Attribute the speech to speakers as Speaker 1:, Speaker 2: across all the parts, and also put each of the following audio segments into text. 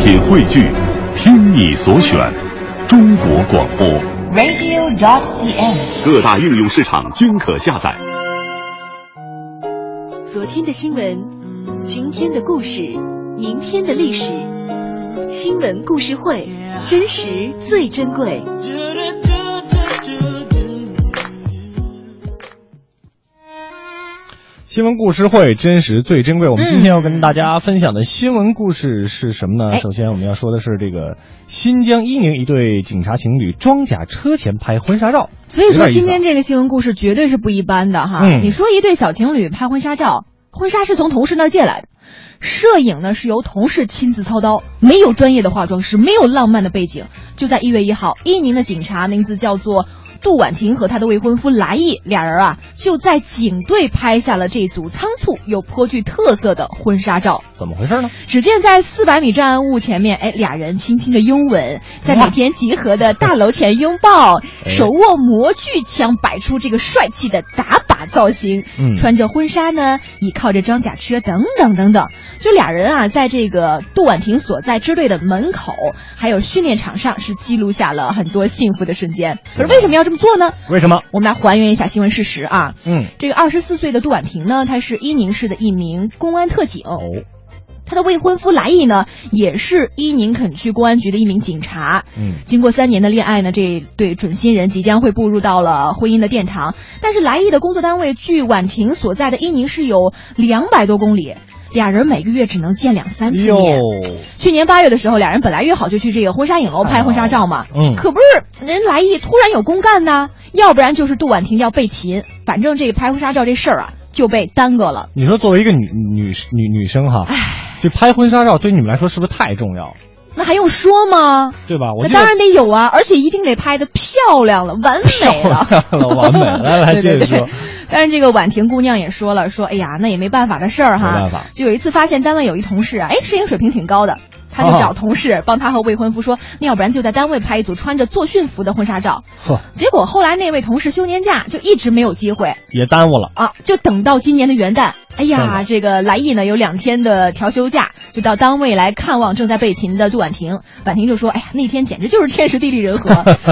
Speaker 1: 品汇聚，听你所选，中国广播。
Speaker 2: radio.cn。
Speaker 1: 各大应用市场均可下载。
Speaker 3: 昨天的新闻，今天的故事，明天的历史。新闻故事会，真实最珍贵。
Speaker 4: 新闻故事会，真实最珍贵。我们
Speaker 5: 嗯
Speaker 4: 今天要跟大家分享的新闻故事是什么呢？
Speaker 5: 哎
Speaker 4: 首先，我们要说的是这个新疆伊宁一对警察情侣装甲车前拍婚纱照，
Speaker 5: 所以
Speaker 4: 有
Speaker 5: 说
Speaker 4: 点意思
Speaker 5: 今天这个新闻故事绝对是不一般的哈。
Speaker 4: 嗯
Speaker 5: 你说一对小情侣拍婚纱照，婚纱是从同事那儿借来的，摄影呢是由同事亲自操刀，没有专业的化妆师，没有浪漫的背景。就在一月一号，伊宁的警察名字叫做。杜婉晴和她的未婚夫来意俩人啊，就在警队拍下了这组仓促又颇具特色的婚纱照。
Speaker 4: 啊怎么回事呢？
Speaker 5: 只见在四百米障碍物前面，哎，俩人轻轻的拥吻，在每天集合的大楼前拥抱，手握模具枪，摆出这个帅气的打靶造型，
Speaker 4: 嗯
Speaker 5: 穿着婚纱呢，倚靠着装甲车，等等等等。就俩人啊，在这个杜婉婷所在支队的门口，还有训练场上，是记录下了很多幸福的瞬间。可是为什么要这么做呢？
Speaker 4: 为什么？
Speaker 5: 我们来还原一下新闻事实啊。
Speaker 4: 嗯，
Speaker 5: 这个二十四岁的杜婉婷呢，她是伊宁市的一名公安特
Speaker 4: 哦
Speaker 5: 警。她的未婚夫来意呢，也是伊宁垦区公安局的一名警察。
Speaker 4: 嗯
Speaker 5: 经过三年的恋爱呢，这对准新人即将会步入到了婚姻的殿堂。但是来意的工作单位距婉婷所在的伊宁市有两百多公里，俩人每个月只能见两三次
Speaker 4: 哟，
Speaker 5: 面。去年八月的时候，俩人本来约好就去这个婚纱影楼拍婚纱照嘛。
Speaker 4: 哎嗯
Speaker 5: 可不是，人来意突然有公干呐，要不然就是杜婉婷要被擒，反正这个拍婚纱照这事儿啊就被耽搁了。
Speaker 4: 你说作为一个女女女女生哈，这拍婚纱照对你们来说是不是太重要，
Speaker 5: 那还用说吗？
Speaker 4: 对吧？我
Speaker 5: 那
Speaker 4: 记得
Speaker 5: 当然得有啊，而且一定得拍的漂亮了，完美了。
Speaker 4: 漂亮了完美了来来
Speaker 5: 对对
Speaker 4: 接着
Speaker 5: 对
Speaker 4: 说
Speaker 5: 但是这个婉婷姑娘也说了，说哎呀，那也没办法的事儿哈。
Speaker 4: 没办法。
Speaker 5: 就有一次发现单位有一同事啊，哎，摄影水平挺高的，他就
Speaker 4: 哦
Speaker 5: 找同事帮他和未婚夫说，那要不然就在单位拍一组穿着作训服的婚纱照。
Speaker 4: 呵
Speaker 5: 结果后来那位同事休年假，就一直没有机会
Speaker 4: 也耽误了，
Speaker 5: 啊，就等到今年的元旦。哎呀，
Speaker 4: 嗯
Speaker 5: 这个来意呢有两天的调休假，就到单位来看望正在被擒的杜婉婷。婉婷就说：“哎呀，那天简直就是天时地利人 和，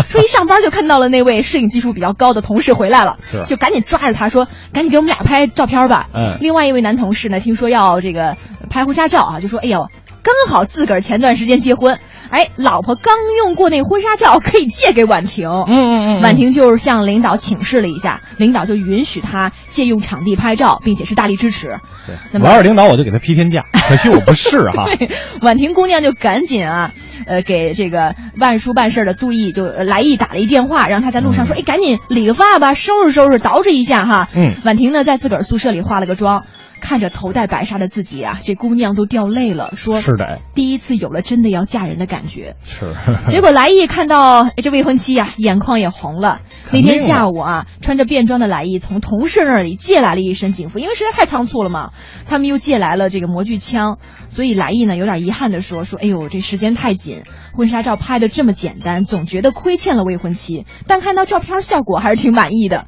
Speaker 5: 说一上班就看到了那位摄影技术比较高的同事回来了
Speaker 4: 是，
Speaker 5: 就赶紧抓着他说，赶紧给我们俩拍照片吧。”
Speaker 4: 嗯
Speaker 5: 另外一位男同事呢，听说要这个拍婚纱照啊，就说：“哎呦，刚好自个儿前段时间结婚，哎，老婆刚用过那婚纱照，可以借给婉婷。”嗯
Speaker 4: 嗯嗯
Speaker 5: 婉婷就是向领导请示了一下，领导就允许她借用场地拍照，并且是大力支持。 那
Speaker 4: 我
Speaker 5: 么
Speaker 4: 要是领导，我就给他批天价。可惜我不是 哈，
Speaker 5: 婉婷姑娘就赶紧啊，呃，给这个办书办事儿的杜毅就呃来意打了一电话，让他在路上说，
Speaker 4: 嗯
Speaker 5: 哎，赶紧理个发吧，收拾收拾，捯饬一下哈。
Speaker 4: 嗯
Speaker 5: 婉婷呢，在自个儿宿舍里化了个妆，看着头戴白纱的自己啊，这姑娘都掉泪了，说
Speaker 4: 是的，哎
Speaker 5: 第一次有了真的要嫁人的感觉。
Speaker 4: 是。
Speaker 5: 结果来意看到哎这未婚妻呀、眼眶也红了。那
Speaker 4: 肯定的
Speaker 5: 天下午啊，穿着便装的来意从同事那里借来了一身警服，因为实在太仓促了嘛。他们又借来了这个模具枪，所以来意呢有点遗憾的说：“说哎呦，这时间太紧，婚纱照拍的这么简单，总觉得亏欠了未婚妻。”但看到照片效果还是挺满意 的。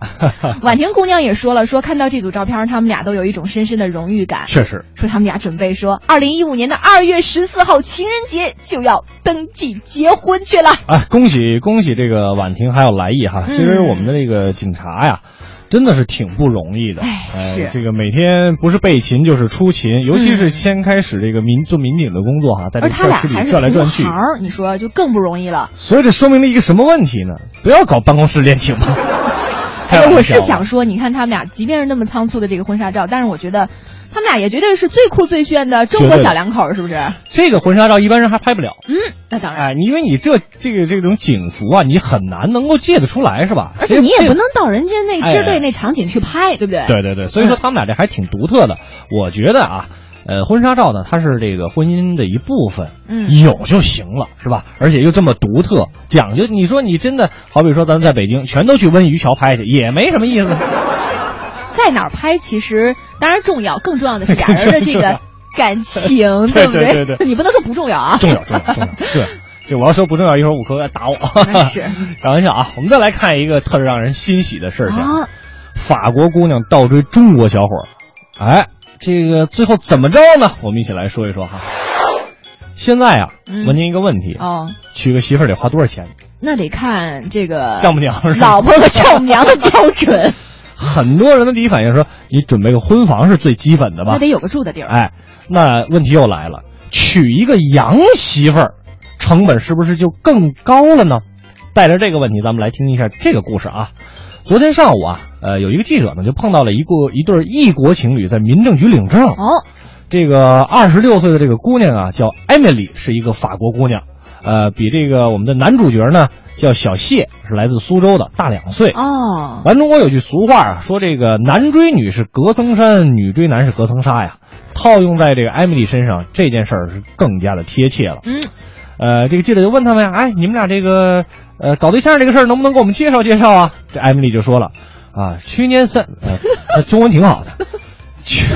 Speaker 5: 婉婷姑娘也说了，说看到这组照片，他们俩都有一种深深的荣誉感。
Speaker 4: 确实，
Speaker 5: 说他们俩准备说，二零一五年的二月十四号情人节就要登记结婚去了。
Speaker 4: 啊，恭喜恭喜这个婉婷还有来意哈！其实
Speaker 5: 嗯
Speaker 4: 我们的这个警察呀，真的是挺不容易的。
Speaker 5: 哎
Speaker 4: 呃
Speaker 5: 是嗯
Speaker 4: 这个每天不是备勤就是出勤，尤其是先开始这个民做民警的工作哈，在这
Speaker 5: 而
Speaker 4: 个
Speaker 5: 他
Speaker 4: 片
Speaker 5: 俩
Speaker 4: 区
Speaker 5: 还
Speaker 4: 里
Speaker 5: 是
Speaker 4: 转来
Speaker 5: 同
Speaker 4: 转去
Speaker 5: 行，儿，你说就更不容易了。
Speaker 4: 所以这说明了一个什么问题呢？不要搞办公室 恋情吧。开
Speaker 5: 哎
Speaker 4: 玩
Speaker 5: 我
Speaker 4: 笑
Speaker 5: 是
Speaker 4: 啊
Speaker 5: 想说，你看他们俩，即便是那么仓促的这个婚纱照，但是我觉得他们俩也绝对是最酷最炫的中
Speaker 4: 绝
Speaker 5: 国
Speaker 4: 对的
Speaker 5: 小两口儿，是不是？
Speaker 4: 这个婚纱照一般人还拍不了。
Speaker 5: 嗯，那当然。
Speaker 4: 哎，你因为你这这个这种警服啊，你很难能够借得出来，是吧？
Speaker 5: 而且你
Speaker 4: 这
Speaker 5: 也不能到人家那支
Speaker 4: 哎
Speaker 5: 队那场景去拍，对不对？
Speaker 4: 对对对，所以说他们俩这还挺独特的。我觉得啊，呃，婚纱照呢，它是这个婚姻的一部分，
Speaker 5: 嗯
Speaker 4: 有就行了，是吧？而且又这么独特，讲究。你说你真的，好比说咱们在北京，全都去温榆桥拍去，也没什么意思。
Speaker 5: 在哪儿拍其实当然重要，更重要的是俩人的
Speaker 4: 更
Speaker 5: 这
Speaker 4: 重 要
Speaker 5: 个感情，
Speaker 4: 对
Speaker 5: 不
Speaker 4: 对对对
Speaker 5: 你不能说不重要啊。
Speaker 4: 重要，重要，重要， 对。这我要说不重要，一会儿五哥打我。
Speaker 5: 那是
Speaker 4: 开玩笑啊！我们再来看一个特让人欣喜的事情，
Speaker 5: 啊、
Speaker 4: 法国姑娘倒追中国小伙儿，哎，这个最后怎么着呢？我们一起来说一说哈。现在啊，
Speaker 5: 嗯
Speaker 4: 问您一个问题，
Speaker 5: 哦，
Speaker 4: 娶个媳妇儿得花多少钱？
Speaker 5: 那得看这个
Speaker 4: 丈母娘是吧
Speaker 5: 老婆和丈母娘的标 准，
Speaker 4: 很多人的第一反应说，你准备个婚房是最基本的吧
Speaker 5: 那？得有个住的地儿。
Speaker 4: 哎，那问题又来了，娶一个洋媳妇儿，成本是不是就更高了呢？带着这个问题，咱们来听一下这个故事啊。昨天上午啊，呃，有一个记者呢就碰到了一个一对异国情侣在民政局领证。
Speaker 5: 哦，
Speaker 4: 这个二十六岁的这个姑娘啊，叫艾米丽，是一个法国姑娘，呃，比这个我们的男主角呢叫小谢，是来自苏州的，大两岁。
Speaker 5: 哦，
Speaker 4: 咱中国有句俗话啊，说这个男追女是隔层山，女追男是隔层纱呀。套用在这个艾米丽身上，这件事儿是更加的贴切了。
Speaker 5: 嗯，
Speaker 4: 呃，这个记者就问他们呀，哎，你们俩这个呃搞对象这个事儿能不能给我们介绍介绍啊？这艾米丽就说了，啊，去年三，呃，她中文挺好的， 去。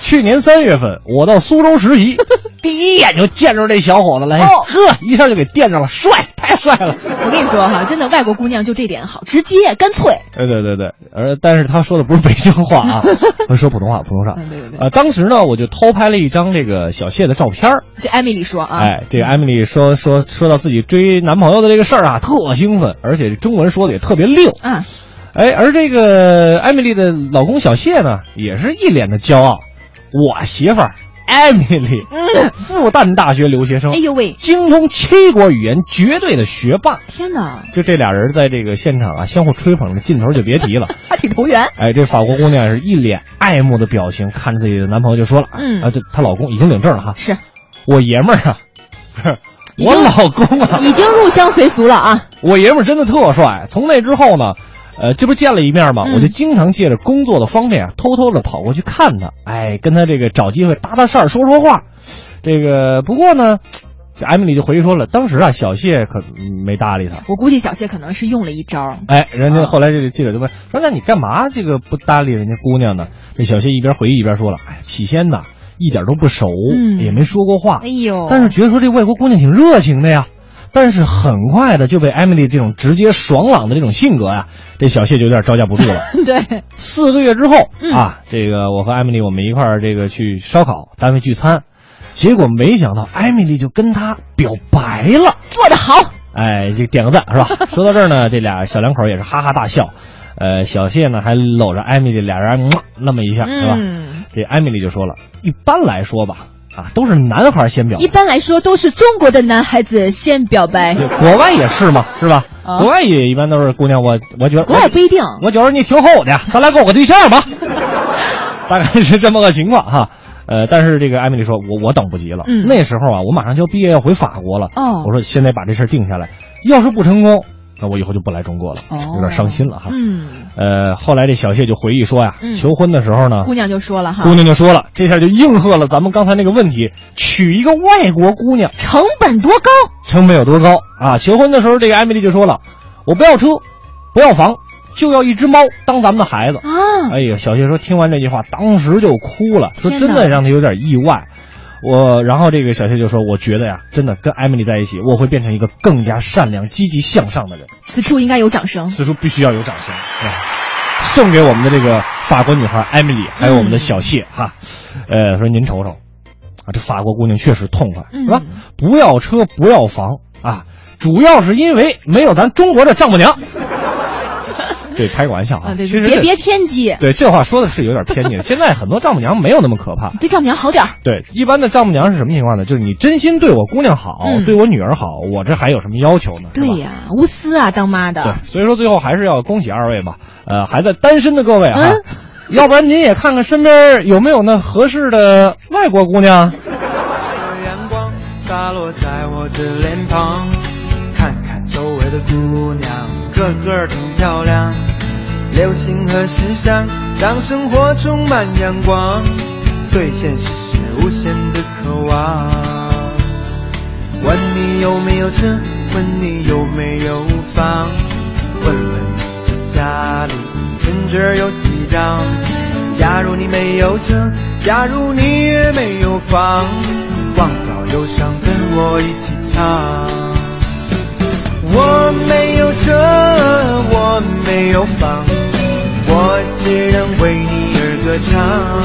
Speaker 4: 去年三月份，我到苏州实习，第一眼就见着这小伙子了，哎
Speaker 5: 哦
Speaker 4: 呵，一下就给电着了，帅，太帅了。
Speaker 5: 我跟你说哈，真的外国姑娘就这点好，直接干脆。
Speaker 4: 哎，对对对，而但是他说的不是北京话 啊，他说普通话，普通话。
Speaker 5: 嗯，对对对，
Speaker 4: 呃，当时呢，我就偷拍了一张这个小谢的照片儿。
Speaker 5: 这艾米丽说啊，
Speaker 4: 哎，这个艾米丽说说说到自己追男朋友的这个事儿啊，特兴奋，而且中文说的也特别溜。
Speaker 5: 啊，
Speaker 4: 哎，而这个艾米丽的老公小谢呢，也是一脸的骄傲。我媳妇儿艾米丽，复旦大学留学生
Speaker 5: 嗯哎，呦喂，
Speaker 4: 精通七国语言，绝对的学霸。
Speaker 5: 天哪，
Speaker 4: 就这俩人在这个现场啊，相互吹捧的劲头就别提了。
Speaker 5: 还挺投缘。
Speaker 4: 哎，这法国姑娘是一脸爱慕的表情，看着自己的男朋友就说了：“
Speaker 5: 嗯
Speaker 4: 啊，这她老公已经领证了哈，
Speaker 5: 是，
Speaker 4: 我爷们儿啊，不是
Speaker 5: 已
Speaker 4: 我
Speaker 5: 经
Speaker 4: 老公啊，
Speaker 5: 已经入乡随俗了啊。
Speaker 4: 我爷们儿真的特帅。”从那之后呢，呃，这不见了一面嘛，
Speaker 5: 嗯
Speaker 4: 我就经常借着工作的方便啊，偷偷的跑过去看他，哎，跟他这个找机会搭搭事儿，说说话。这个不过呢，这艾米丽就回说了，当时啊，小谢可没搭理他。
Speaker 5: 我估计小谢可能是用了一招，
Speaker 4: 哎，人
Speaker 5: 啊
Speaker 4: 家后来这个记者就问说：“那你干嘛这个不搭理人家姑娘呢？”这小谢一边回忆一边说了：“哎，起先呐，一点都不熟，
Speaker 5: 嗯
Speaker 4: 也没说过话，
Speaker 5: 哎呦，
Speaker 4: 但是觉得说这外国姑娘挺热情的呀。”但是很快的就被艾米丽这种直接爽朗的这种性格呀、这小谢就有点招架不住 了。
Speaker 5: 对，
Speaker 4: 四个月之后、
Speaker 5: 嗯
Speaker 4: 啊，这个我和艾米丽我们一块儿这个去烧烤，单位聚餐，结果没想到艾米丽就跟他表白了。
Speaker 5: 做得好，
Speaker 4: 哎，这个点个赞是吧？说到这儿呢，这俩小两口也是哈哈大笑，呃，小谢呢还搂着艾米丽，俩人啊那么一下是吧？啊
Speaker 5: 嗯，
Speaker 4: 这艾米丽就说了，一般来说吧，啊，都是男孩先表白
Speaker 5: 一，般来说都是中国的男孩子先表白，
Speaker 4: 对哎国外也是嘛，是吧？
Speaker 5: 啊
Speaker 4: 国外也一般都是姑娘，我我觉得
Speaker 5: 国外不一定。
Speaker 4: 我觉得你挺好的，咱俩搞个对 象吧，大概是这么个情况哈。呃，但是这个艾米丽说，我我等不及了。
Speaker 5: 嗯
Speaker 4: 那时候啊，我马上就要毕业要回法国了。
Speaker 5: 哦
Speaker 4: 我说现在把这事儿定下来，要是不成功，那我以后就不来中国了，
Speaker 5: 哦
Speaker 4: 有点伤心了哈。
Speaker 5: 嗯，
Speaker 4: 呃，后来这小谢就回忆说呀，
Speaker 5: 嗯
Speaker 4: 求婚的时候呢，
Speaker 5: 姑娘就说了
Speaker 4: 啊姑
Speaker 5: 哈，
Speaker 4: 娘就说了，这下就应和了咱们刚才那个问题，娶一个外国姑娘
Speaker 5: 成本多高？
Speaker 4: 成本有多高啊？求婚的时候，这个艾米丽就说了，我不要车，不要房，就要一只猫当咱们的孩子。
Speaker 5: 啊，
Speaker 4: 哎呀，小谢说听完这句话，当时就哭了，说
Speaker 5: 天
Speaker 4: 真
Speaker 5: 哪
Speaker 4: 的让他有点意外。我，然后这个小谢就说，我觉得呀，真的跟艾米丽在一起，我会变成一个更加善良、积极向上的人。
Speaker 5: 此处应该有掌声。
Speaker 4: 此处必须要有掌声，哎送给我们的这个法国女孩艾米丽，
Speaker 5: 嗯
Speaker 4: 还有我们的小谢、哈。呃，说您瞅瞅，啊，这法国姑娘确实痛快，
Speaker 5: 嗯
Speaker 4: 是吧？不要车，不要房啊，主要是因为没有咱中国的丈母 娘。对，开个玩笑
Speaker 5: 啊，
Speaker 4: 啊，
Speaker 5: 对
Speaker 4: 其实
Speaker 5: 对，别
Speaker 4: 这
Speaker 5: 别偏激，
Speaker 4: 对，这话说的是有点偏见。 现在很多丈母娘没有那么可怕
Speaker 5: 你。对丈母娘好点儿。
Speaker 4: 对，一般的丈母娘是什么情况呢？就是你真心对我姑娘好，
Speaker 5: 嗯
Speaker 4: 对我女儿好，我这还有什么要求呢？是吧
Speaker 5: 对呀，无私啊，当妈的
Speaker 4: 对，。所以说最后还是要恭喜二位嘛，呃，还在单身的各位啊，
Speaker 5: 嗯
Speaker 4: 要不然您也看看身边有没有那合适的外国姑娘。
Speaker 2: 阳光洒落在我的脸庞，看看周围的姑娘，个个都漂亮。流行和时尚让生活充满阳光，对现实是无限的渴望。问你有没有车，问你有没有房，问问你的家里存折有几张。假如你没有车，假如你也没有房，忘掉忧伤，跟我一起唱。我没有车，我没有房，我只能为你而歌唱。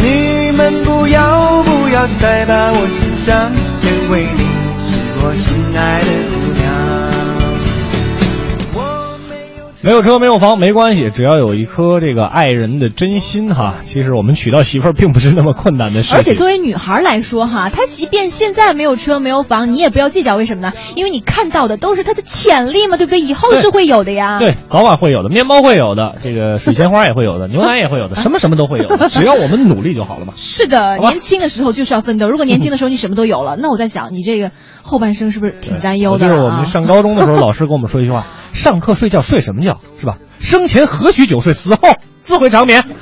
Speaker 2: 你们不要不要再把我心上，因为你是我心爱的姑娘。我没有。
Speaker 4: 没有车没有房没关系，只要有一颗这个爱人的真心哈。其实我们娶到媳妇儿并不是那么困难的事情。
Speaker 5: 而且作为女孩来说哈，她即便现在没有车没有房，你也不要计较，为什么呢？因为你看到的都是她的潜力嘛，对不对？以后
Speaker 4: 对
Speaker 5: 是会有的呀。
Speaker 4: 对，早晚会有的，面包会有的，这个水仙花也会有的，牛奶也会有 的，什么什么都会有的，只要我们努力就好了嘛。
Speaker 5: 是的，
Speaker 4: 好吧
Speaker 5: 年轻的时候就是要奋斗。如果年轻的时候你什么都有了，那我在想你这个后半生是不是挺担忧的
Speaker 4: 对
Speaker 5: 啊？
Speaker 4: 就是我们上高中的时候，老师跟我们说一 句话：上课睡觉睡什么觉？是吧？生前何须久睡，死后自会长眠。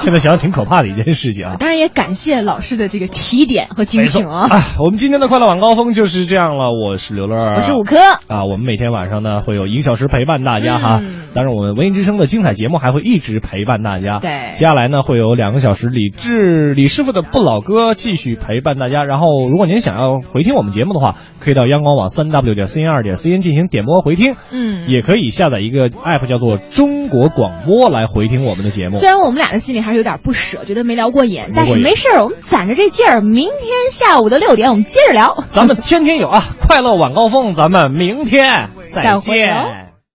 Speaker 4: 现在想想挺可怕的一件事情啊。
Speaker 5: 当然也感谢老师的这个提点和
Speaker 4: 没
Speaker 5: 提
Speaker 4: 错
Speaker 5: 醒啊。
Speaker 4: 啊！我们今天的快乐晚高峰就是这样了，我是刘乐，
Speaker 5: 我是五科。
Speaker 4: 啊，我们每天晚上呢会有一个小时陪伴大家哈。
Speaker 5: 嗯
Speaker 4: 当然，我们文艺之声的精彩节目还会一直陪伴大家。
Speaker 5: 对
Speaker 4: 接下来呢会有两个小时李志李师傅的不老歌继续陪伴大家。然后，如果您想要回听我们节目的话，可以到央广网三 w 点 cn 二点 cn 进行点播回听。
Speaker 5: 嗯
Speaker 4: 也可以下载一个 app 叫做中国广播来回听我们的节目。
Speaker 5: 虽然我们俩的心里还是有点不舍，觉得没聊过瘾，但是
Speaker 4: 没过瘾
Speaker 5: 没事儿，我们攒着这劲儿，明天下午的六点我们接着聊。
Speaker 4: 咱们天天有啊，快乐晚高峰，咱们明天
Speaker 5: 再会
Speaker 4: 见。
Speaker 5: 哦